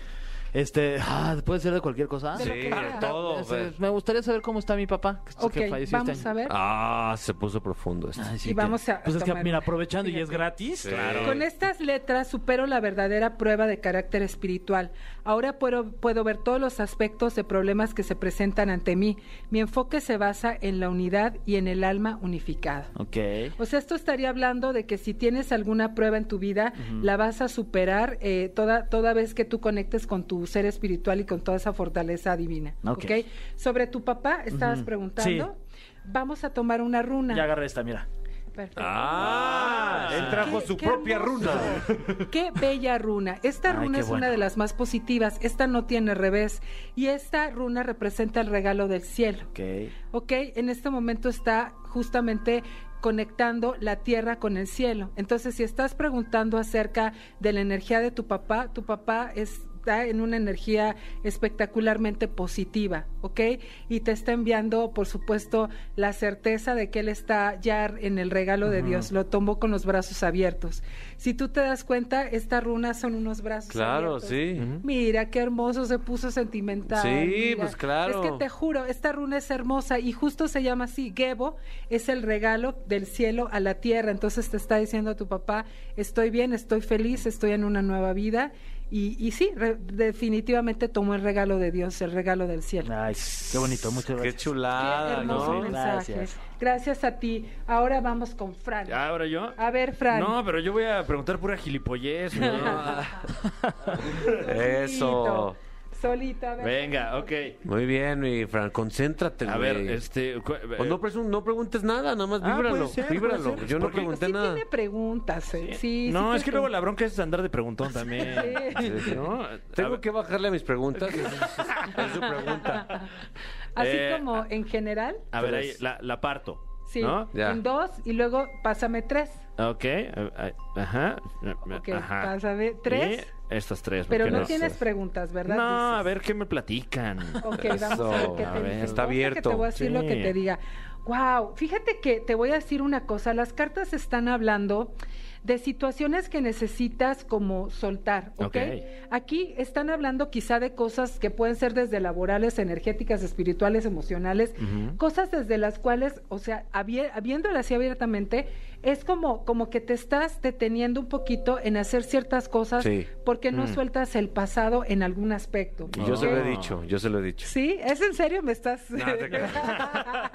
Este, ah, puede ser de cualquier cosa.
De lo que
Sí,
sea.
de todo.
Es-
Fer.
es- me gustaría saber cómo está mi papá, que,
Ok,
que falleció
vamos
este
a
año.
ver.
Ah, se puso profundo esto.
Ay,
Y vamos a-
Pues es que,
tomar
mira,
una.
aprovechando y es gratis.
Claro.
Con estas letras supero la verdadera prueba de carácter espiritual. Ahora puedo, puedo ver todos los aspectos de problemas que se presentan ante mí. Mi enfoque se basa en la unidad y en el alma unificada.
Ok.
O sea, esto estaría hablando de que si tienes alguna prueba en tu vida, la vas a superar eh, toda, toda vez que tú conectes con tu ser espiritual y con toda esa fortaleza divina.
Ok.
¿Ok? Sobre tu papá, estabas preguntando. Vamos a tomar una runa.
Ya agarré esta, mira.
Perfecto.
Ah, él trajo
Qué-
su
qué
propia
hermoso.
runa.
Qué bella runa. Esta
Ay,
runa
qué
es
bueno.
una de las más positivas. Esta no tiene revés. Y esta runa representa el regalo del cielo.
Ok.
¿ok? En este momento está justamente conectando la tierra con el cielo. Entonces, si estás preguntando acerca de la energía de tu papá, tu papá está en una energía espectacularmente positiva, ¿ok? Y te está enviando, por supuesto, la certeza de que él está ya en el regalo de Dios, lo tomó con los brazos abiertos. Si tú te das cuenta, estas runas son unos brazos
Claro,
abiertos.
sí.
Mira, qué hermoso se puso sentimental.
Sí,
mira.
pues, claro.
Es que te juro, esta runa es hermosa y justo se llama así. Gebo es el regalo del cielo a la tierra. Entonces te está diciendo a tu papá, estoy bien, estoy feliz, estoy en una nueva vida. Y, y sí, re- definitivamente tomó el regalo de Dios, el regalo del cielo.
Ay, qué bonito, muchas
Qué
gracias.
chulada,
Qué hermoso
¿no?
mensaje.
Gracias.
Gracias. a ti. Ahora vamos con Fran.
¿Ahora yo?
A ver, Fran.
No, pero yo voy a preguntar pura gilipollez. ¿no?
(laughs)
Eso.
Solito. Solito, a ver.
Venga, ok.
Muy bien, mi Fran, concéntrate.
A ver,
güey.
este... cu-
O
eh,
no, presun- no preguntes nada, nada más víbralo.
puede ser,
víbralo.
puede ser.
Yo no
Porque-
pregunté
Sí
nada.
tiene preguntas. eh. Sí,
no,
sí
es que
tiene
luego la bronca es andar de preguntón también.
Sí.
¿No? A
Tengo
ver,
que bajarle a mis preguntas. es su pregunta.
(laughs) Así
Eh,
como en general,
A ver, ahí, la, la parto.
sí,
¿No?
Ya.
en dos y luego pásame tres.
Ok. a- a- Ajá.
Ok,
Ajá.
pásame tres.
Y estas tres.
Pero
porque
no
no?
tienes preguntas, ¿verdad?
No, a
Dices.
ver qué me platican.
Ok, vamos a ver
Eso,
qué
a
te
ver.
dicen.
Está
Ojo que
abierto.
te voy a decir lo que
Sí.
te diga. Wow, fíjate que te voy a decir una cosa. Las cartas están hablando de situaciones que necesitas como soltar, ¿ok?
Ok.
Aquí están hablando quizá de cosas que pueden ser desde laborales, energéticas, espirituales, emocionales, cosas desde las cuales, o sea, habi- viéndolas así abiertamente, es como, como que te estás deteniendo un poquito en hacer ciertas cosas
Sí. Mm.
porque no sueltas el pasado en algún aspecto.
Y yo se
¿ok?
lo he dicho, yo se lo he dicho.
Sí, es en serio, me estás. No,
te
(laughs)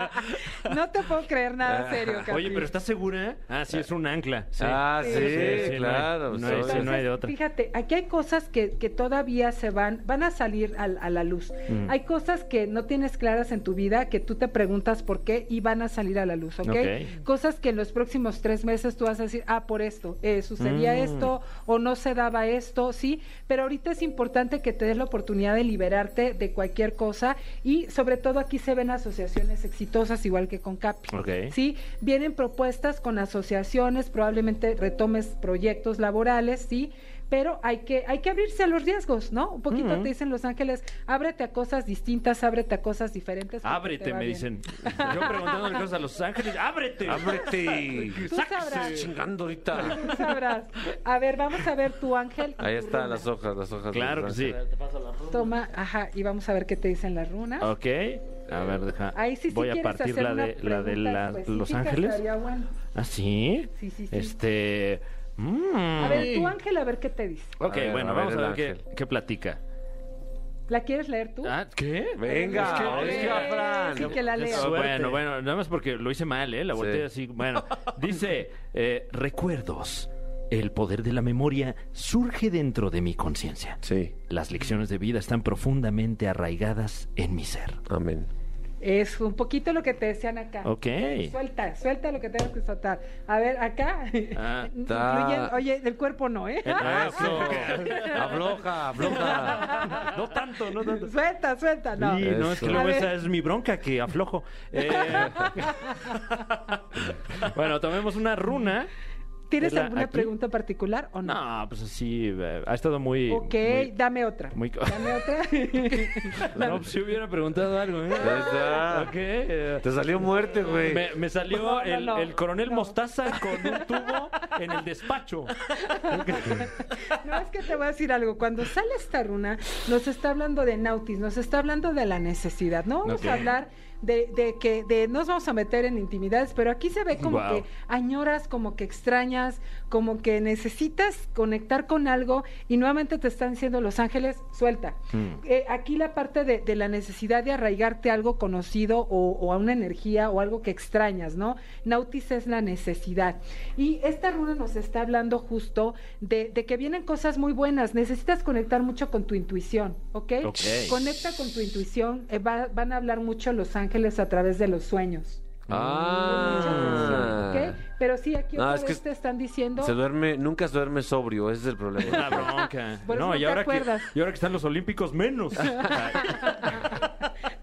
te puedo creer nada Ah, serio, Capi.
Ah, Oye, pero ¿estás segura? Ah, sí, es un ancla. sí.
Ah, sí,
Sí,
sí, sí,
claro.
no hay- no hay-
soy-
sí, no hay de otra.
Fíjate, aquí hay cosas que, que todavía se van, van a salir al- a, la luz.
Mm.
Hay cosas que no tienes claras en tu vida, que tú te preguntas por qué y van a salir a la luz, ¿ok?
Ok.
Cosas que en los próximos tres meses tú vas a decir, ah, por esto, eh,
Mm.
sucedía esto o no se daba esto, ¿sí? Pero ahorita es importante que te des la oportunidad de liberarte de cualquier cosa y sobre todo aquí se ven asociaciones exitosas igual que con Capi.
Ok.
¿sí? Vienen propuestas con asociaciones, probablemente retomes proyectos laborales, ¿sí? Pero hay que, hay que abrirse a los riesgos, ¿no? Un poquito te dicen Los Ángeles, ábrete a cosas distintas, ábrete a cosas diferentes. porque te
Ábrete,
va
me
bien". (laughs)
dicen. Yo preguntándole cosas a los ángeles. ¡Ábrete! (laughs)
Ábrete.
Tú sabrás,
Chingando ahorita.
tú sabrás. A ver, vamos a ver tu ángel. y
Ahí
tu
están
runa.
las hojas, las hojas.
Claro que
las
sí.
hojas.
Toma, ajá, y vamos a ver qué te dicen las runas.
Ok. A ver, deja.
Ahí sí, sí
Voy a
quieres
partir
hacer
la
una
de, la de
pregunta
la-
específica,
Los Ángeles.
estaría bueno.
¿Ah, sí?
Sí, sí, sí.
Este. mm.
A ver, tu ángel, a ver qué te dice.
Ok,
A ver,
bueno,
a ver
vamos
el
a ver qué,
ángel.
qué platica.
¿La quieres leer tú?
Ah, ¿qué?
Venga,
Es que-
venga,
Sí,
Fran.
que la lea.
Ah,
suerte.
Bueno, bueno, nada más porque lo hice mal, ¿eh? La volteé
Sí.
así. Bueno, dice: eh, Recuerdos. El poder de la memoria surge dentro de mi conciencia.
Sí,
Las lecciones de vida están profundamente arraigadas en mi ser.
amén.
Es un poquito lo que te decían acá.
Ok.
Suelta, suelta lo que tengas que soltar. A ver, acá.
Ah,
está.
incluyen- oye, del cuerpo no, ¿eh?
Eso.
ah,
Afloja, afloja.
No tanto, no tanto.
suelta, suelta, ah. no.
Y no, es
Eso.
que luego
A ver.
esa es mi bronca que
(laughs)
aflojo. Eh, bueno, tomemos una runa Es
¿Tienes
la-
alguna
aquí-
pregunta particular o no?
No, pues sí, eh, ha estado muy...
ok,
muy-
dame otra.
muy-
Dame otra.
(laughs)
(laughs)
No, si hubiera preguntado algo, ¿eh?
Ahí está.
Ok, eh,
Te salió muerte, güey.
Me, me salió
No, no,
el,
no.
el coronel
No.
Mostaza con un tubo en el despacho.
No, es que te voy a decir algo. Cuando sale esta runa, nos está hablando de nautis, nos está hablando de la necesidad. No vamos
Ok.
a hablar de, de que de, nos vamos a meter en intimidades, pero aquí se ve como
Wow.
que añoras, como que extrañas, como que necesitas conectar con algo y nuevamente te están diciendo Los Ángeles, suelta. Eh, aquí la parte de, de la necesidad de arraigarte a algo conocido o, o a una energía o algo que extrañas, ¿no? Nautis es la necesidad. Y esta runa nos está hablando justo de, de que vienen cosas muy buenas. Necesitas conectar mucho con tu intuición, ¿ok?
Ok.
Conecta con tu intuición. Eh, va- van a hablar mucho los ángeles a través de los sueños.
Ah.
¿ok? Pero sí, aquí
No,
otra
es que
vez te están diciendo...
Se duerme, nunca se duerme sobrio, ese es el problema.
Una bronca.
Por eso no
y
te
ahora, que,
acuerdas.
y ahora que están los olímpicos,
(laughs)
menos.
(laughs)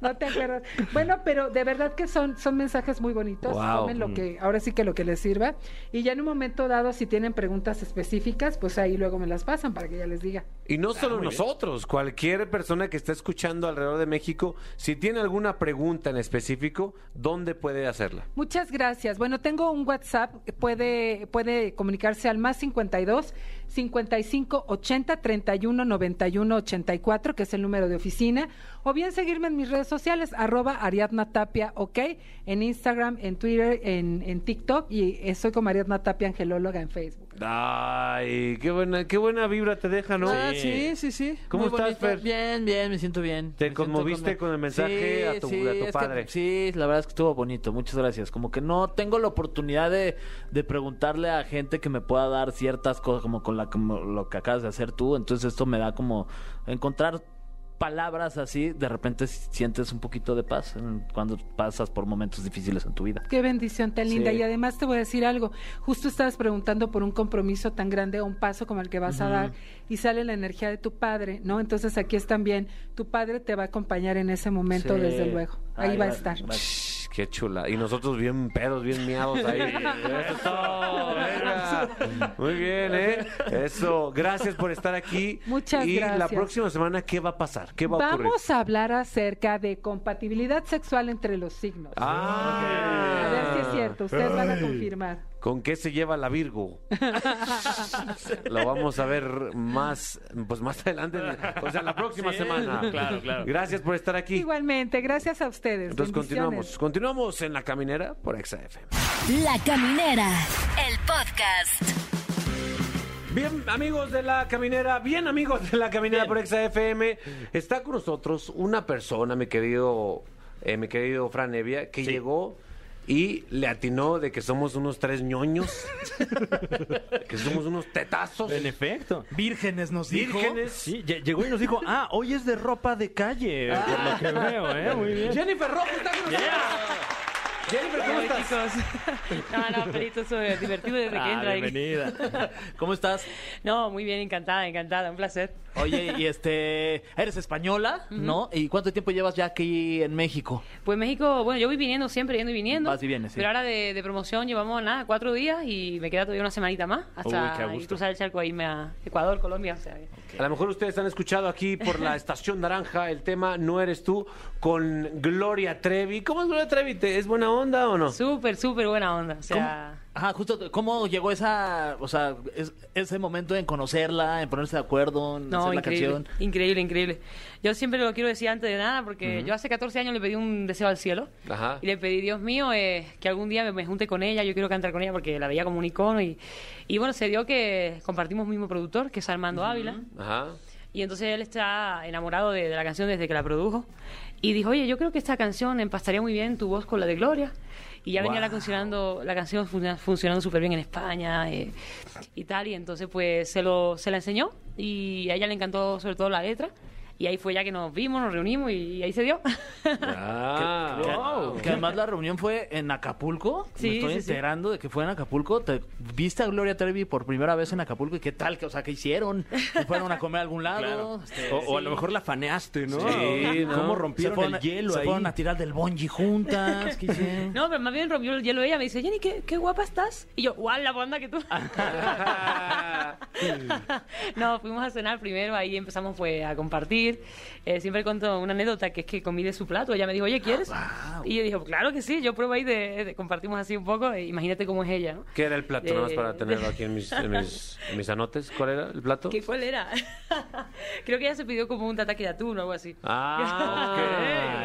No te acuerdas. Bueno, pero de verdad que son, son mensajes muy bonitos.
Wow.
Tomen lo que, ahora sí que lo que les sirva. Y ya en un momento dado, si tienen preguntas específicas, pues ahí luego me las pasan para que ya les diga.
Y no solo nosotros, cualquier persona que está escuchando alrededor de México, si tiene alguna pregunta en específico, ¿dónde puede hacerla?
Muchas gracias. Bueno, tengo un WhatsApp, puede, puede comunicarse al más 52 55 80 31 91 84, que es el número de oficina, o bien seguirme en mis redes sociales, arroba Ariadna Tapia, ok, en Instagram, en Twitter, en, en TikTok, y eh, soy como Ariadna Tapia Angelóloga en Facebook.
Ay, qué buena, qué buena vibra te deja, ¿no?
Ah, sí, sí, sí.
¿Cómo
Muy
estás,
bonito.
Fer?
Bien, bien, me siento bien.
¿Te
Me siento
conmoviste
conmo-
con el mensaje a tu- a tu
es que-
padre?
sí, la verdad es que estuvo bonito. Muchas gracias. Como que no tengo la oportunidad de, de preguntarle a gente que me pueda dar ciertas cosas, como con la, como lo que acabas de hacer tú. Entonces, esto me da como encontrar palabras así. De repente sientes un poquito de paz en- cuando pasas por momentos difíciles en tu vida.
Qué bendición tan linda.
Sí.
Y además te voy a decir algo. Justo estabas preguntando por un compromiso tan grande o un paso como el que vas a dar y sale la energía de tu padre, ¿no? Entonces aquí es también, tu padre te va a acompañar en ese momento,
Sí.
desde luego. Ahí
Ay,
va a
va-
estar.
va-
Shh, Qué chula. Y nosotros bien pedos, bien miados
(laughs)
ahí. Eso, venga. Muy bien, ¿eh? Eso. Gracias por estar aquí.
Muchas
y Y la
gracias.
próxima semana, ¿qué va a pasar? ¿Qué va a ocurrir?
Vamos a hablar acerca de compatibilidad sexual entre los signos.
Ah.
A ver si es cierto, ustedes van a confirmar.
¿Con qué se lleva la
(laughs)
Virgo? Lo vamos a ver más, pues más adelante, o sea, la próxima
Sí,
semana.
claro, claro.
Gracias por estar aquí.
Igualmente, gracias a ustedes.
Entonces
Bendiciones.
continuamos, continuamos en la caminera por XF.
La Caminera, el podcast.
Bien, amigos de la caminera, bien amigos de la caminera por Exa FM, está con nosotros una persona, mi querido, eh, mi querido Fran Evia, que llegó y le atinó de que somos unos tres ñoños, (laughs) que somos unos tetazos,
en efecto.
Vírgenes nos dijo.
vírgenes.
Sí, lle- llegó y nos dijo, ah, hoy es de ropa de calle, por lo que veo, ¿eh? Muy bien.
Jennifer Rojo está con nosotros. Jennifer, ¿cómo estás?
(laughs) No, no, pelito, soy divertido
(laughs)
desde que
Ah,
entra. ahí.
bienvenida.
¿Cómo estás?
No, muy bien, encantada, encantada, un placer.
Oye, y este, eres española, ¿no? ¿Y cuánto tiempo llevas ya aquí en México?
Pues México, bueno, yo voy viniendo siempre, yendo y viniendo.
Vas y vienes, sí.
Pero ahora de, de promoción llevamos nada, cuatro días y me queda todavía una semanita más
Uy, qué a
hasta
gusto.
cruzar el charco e irme a Ecuador, Colombia, o sea. que-
A lo mejor ustedes han escuchado aquí por la Estación Naranja el tema No Eres Tú con Gloria Trevi. ¿Cómo es Gloria Trevi? ¿Te- ¿Es buena onda o no?
Súper, súper buena onda, o sea.
Ajá, justo, ¿cómo llegó esa, o sea, es- ese momento en conocerla, en ponerse de acuerdo, en
No,
hacer la
increíble,
canción?
increíble, increíble. Yo siempre lo quiero decir antes de nada porque yo hace 14 años le pedí un deseo al cielo
Ajá.
y le pedí, Dios mío, eh, que algún día me, me junte con ella, yo quiero cantar con ella porque la veía como un icono y, y bueno, se dio que compartimos mismo productor, que es Armando Ávila,
Ajá.
y entonces él está enamorado de, de la canción desde que la produjo y dijo, oye, yo creo que esta canción empastaría muy bien tu voz con la de Gloria. Y ya venía la, funcionando, la canción fun- funcionando súper bien en España eh, y tal. Y entonces pues se, lo, se la enseñó y a ella le encantó sobre todo la letra.
Y ahí fue ya que nos vimos, nos reunimos y ahí se dio.
Ah,
Que-
wow.
Que, además la reunión fue en Acapulco.
Sí,
Me estoy
sí, sí.
enterando de que fue en Acapulco. Te- ¿Viste a Gloria Trevi por primera vez en Acapulco? ¿Y qué tal? que O sea, ¿qué hicieron? ¿Se fueron a comer a algún lado?
Claro.
Este,
o, o a lo mejor la faneaste, ¿no?
Sí, ¿no?
¿Cómo
se
rompieron
fueron,
el hielo
se
ahí?
fueron a tirar del
(laughs)
bungee juntas. ¿Qué hicieron?
(laughs) No, pero más bien rompió el hielo ella. Me dice, Jenny, qué, qué guapa estás. Y yo, guau, la banda que tú. no, fuimos a cenar primero. Ahí empezamos pues, a compartir. Eh, siempre cuento una anécdota que es que comí de su plato. Ella me dijo, oye, ¿quieres? Y yo dije, "Pues claro que sí. Yo pruebo ahí de, de- compartimos así un poco. e imagínate cómo es ella, ¿no?
¿Qué era el plato? Nada más
Eh,
para tenerlo aquí en mis, en
(laughs)
mis- en mis anotes. ¿Cuál era el plato?
¿Qué, ¿Cuál era? (laughs) Creo que ella se pidió como un tataki de atún o algo así.
Ah,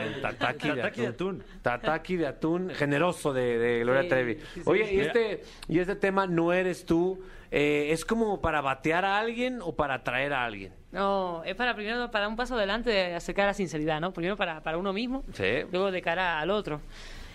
Ok.
el tataki,
Tataki
de
de
atún.
atún.
Tataki de atún, generoso de, de Gloria
Sí,
Trevi.
sí, sí.
Oye, y
Mira.
este, y este tema, no eres tú, eh, ¿es como para batear a alguien o para atraer a alguien?
No, es para primero para dar un paso adelante, de acercar la sinceridad, ¿no? Primero para, para uno mismo,
Sí.
luego de cara al otro.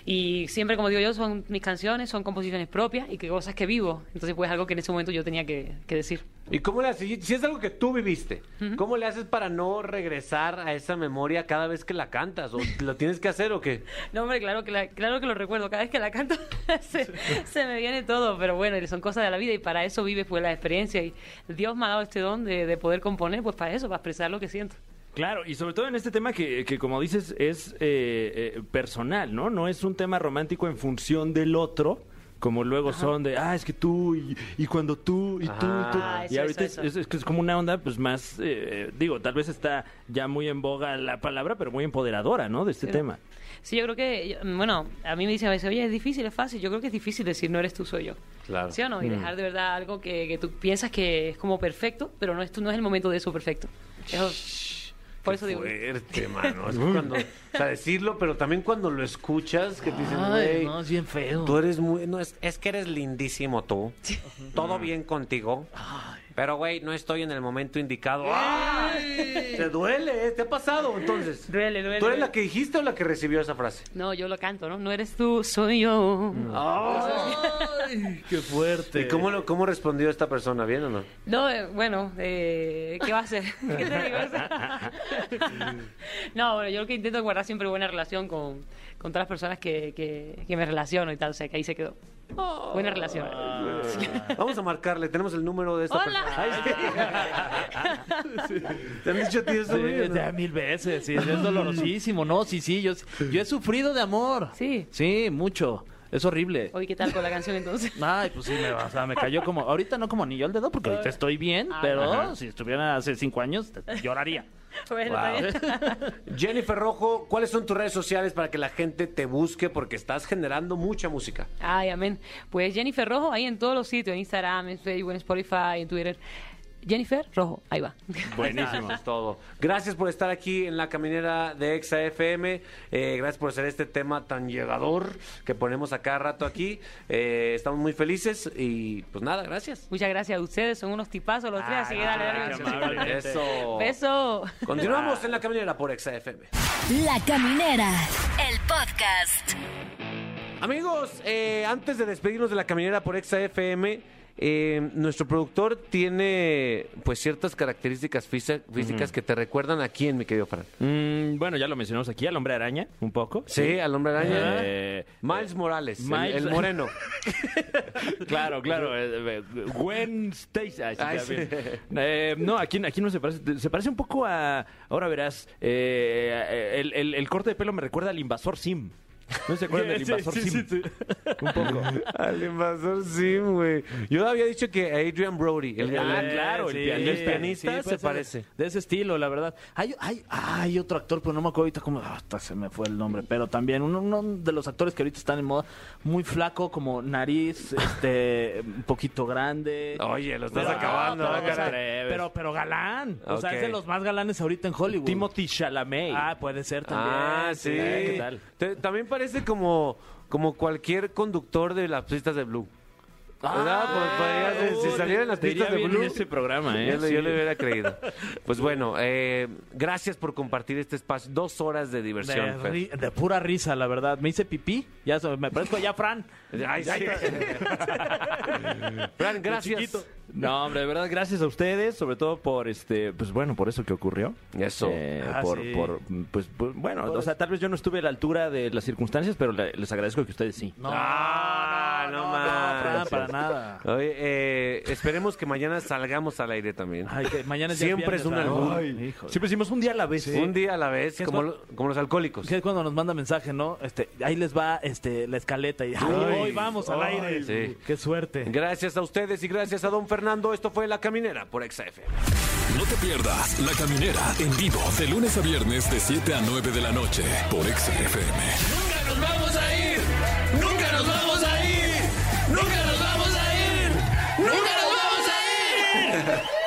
Y siempre, como digo yo, son mis canciones, son composiciones propias y que cosas que vivo. Entonces, pues algo que en ese momento yo tenía que, que decir.
¿Y cómo le haces? Si es algo que tú viviste, ¿cómo le haces para no regresar a esa memoria cada vez que la cantas? ¿O lo tienes que hacer o qué?
No, hombre, claro que, la- claro que lo recuerdo. Cada vez que la canto (laughs) se, se me viene todo, pero bueno, son cosas de la vida y para eso vives pues la experiencia. Y Dios me ha dado este don de, de poder componer, pues para eso, para expresar lo que siento.
Claro, y sobre todo en este tema que, que como dices, es eh, eh, personal, ¿no? No es un tema romántico en función del otro, como luego son de, ah, es que tú, y, y cuando tú, y tú, y tú.
Ah, eso,
y ahorita
eso,
es-
eso.
Es, es que es como una onda, pues más, eh, digo, tal vez está ya muy en boga la palabra, pero muy empoderadora, ¿no? De este
Sí.
tema.
Sí, yo creo que, bueno, a mí me dicen a veces, oye, es difícil, es fácil. Yo creo que es difícil decir no eres tú, soy yo.
Claro.
¿Sí o
Mm.
no? Y dejar de verdad algo que, que tú piensas que es como perfecto, pero no es, tú no es el momento de eso perfecto. Eso- por eso digo.
Fuerte,
(laughs)
mano. Es cuando, o sea, decirlo, pero también cuando lo escuchas, que te dicen,
Ay,
güey,
no, es bien feo.
Tú eres muy. No, es, es que eres lindísimo tú. Todo bien contigo. Pero, güey, no estoy en el momento indicado. ¡Ay! Te duele, ¿eh? ¿te ha pasado entonces?
Duele, duele,
¿Tú eres
duele.
la que dijiste o la que recibió esa frase?
No, yo lo canto, ¿no? No eres tú, soy yo.
Mm. Ay, qué fuerte.
¿Y cómo, lo- cómo respondió esta persona? ¿Bien o no?
No, eh, bueno, eh, ¿qué va a hacer? (laughs) ¿Qué te digo? O sea, (laughs) no, bueno, yo lo que intento es guardar siempre buena relación con, con todas las personas que, que- que me relaciono y tal, o sea, que ahí se quedó. buena relación.
Vamos a marcarle, tenemos el número de esta
Hola. (laughs)
persona. Ay, sí. ¿Te han dicho a ti eso,
Sí,
güey, o no?
ya mil veces, sí, es dolorosísimo, no, sí, sí, yo, yo he sufrido de amor.
Sí.
Sí, mucho, es horrible.
Oye, ¿qué tal con la
(laughs)
canción entonces?
Ay, pues sí, me, o sea, me cayó como, ahorita no como anillo al dedo, porque ahorita estoy bien,
Ah,
pero si estuviera hace cinco años,
(laughs)
lloraría.
Bueno,
Wow.
está bien.
Jennifer Rojo, ¿cuáles son tus redes sociales para que la gente te busque? Porque estás generando mucha música.
Ay, amén. Pues Jennifer Rojo, ahí en todos los sitios, en Instagram, en Facebook, en Spotify, en Twitter. Jennifer Rojo, ahí va. (laughs)
Buenísimo. es (laughs) todo. Gracias por estar aquí en la caminera de Exa FM. Eh, gracias por ser este tema tan llegador que ponemos a cada rato aquí. Eh, estamos muy felices y pues nada, gracias.
Muchas gracias a ustedes, son unos tipazos los
Ah,
tres, así que dale, dale.
Ah, qué amable.
Eso.
Beso.
Continuamos en la caminera por Exa FM.
La Caminera, el podcast.
Amigos, eh, antes de despedirnos de la caminera por Exa FM, eh, nuestro productor tiene pues ciertas características físa- físicas que te recuerdan a quién, mi querido Fran.
Mm, bueno, ya lo mencionamos aquí, al hombre araña, un poco.
Sí, al hombre araña.
Eh,
Miles Morales, el-
Miles-
el (laughs) moreno. (laughs)
Claro, claro. eh, eh, Gwen Stacy. Ay, sí,
Ay,
ya
sí.
bien. Eh, no, aquí, aquí no se parece. Se parece un poco a. Ahora verás. eh, el, el- el corte de pelo me recuerda al invasor Sim. ¿No se
(laughs)
acuerdan del invasor Sim? Un poco.
Al invasor Sim, güey. Yo había dicho que Adrian Brody, el,
Ah,
el-
claro, el pianista.
el pianista
Sí,
se
puede ser
parece.
de- De ese estilo, la verdad. Hay, hay, hay otro actor, pero no me acuerdo ahorita cómo. ah, Hasta se me fue el nombre, pero también uno, uno de los actores que ahorita están en moda, muy flaco, como nariz, (laughs) este, un poquito grande.
Oye, lo estás
Pero-
acabando,
ah,
no,
¿no,
pero, o sea,
caray?
pero, pero galán. O sea,
Ok.
es de los más galanes ahorita en Hollywood.
Timothy Chalamet.
Ah, puede ser también.
Ah, sí.
¿Qué tal?
Te- también parece como, como cualquier conductor de las pistas de Blue. ¿Verdad? Pues, podría- si salieran las
Te iría
pistas de
bien
Blue.
en este programa, ¿eh?
Yo, le- yo
Sí.
le hubiera creído. Pues bueno, eh, gracias por compartir este espacio. Dos horas de diversión.
De,
Fer.
ri- de pura risa, la verdad. Me hice pipí. Ya se- me parezco ya a Fran.
Ay, sí. (laughs) Fran, gracias.
chiquito.
No, hombre, de verdad, gracias a ustedes, sobre todo por este, pues bueno, por eso que ocurrió.
Eso.
Eh,
Ah,
por,
sí.
por- pues, pues, bueno, o sea, tal vez yo no estuve a la altura de las circunstancias, pero le- les agradezco que ustedes sí.
No,
Ah, no manches.
Fran, para nada.
Oye, eh, esperemos que mañana salgamos al aire también.
Ay, que mañana es día
Siempre es un
viernes, ¿verdad?
albur.
Ay, híjole.
Siempre decimos un día a la vez.
Un día a la vez,
¿Qué es
como,
lo-
lo- como los alcohólicos.
Que es cuando nos manda mensaje, ¿no? Este, ahí les va este, la escaleta y ay, hoy vamos al
ay,
aire.
sí.
Qué suerte.
Gracias a ustedes y gracias a don Fernando. Esto fue La Caminera por XF.
No te pierdas La Caminera en vivo de lunes a viernes de 7 a 9 de la noche por XFM.
Nunca nos vamos a ir. Nunca nos vamos a ir. Nunca nos vamos a ir. Nunca nos vamos a ir.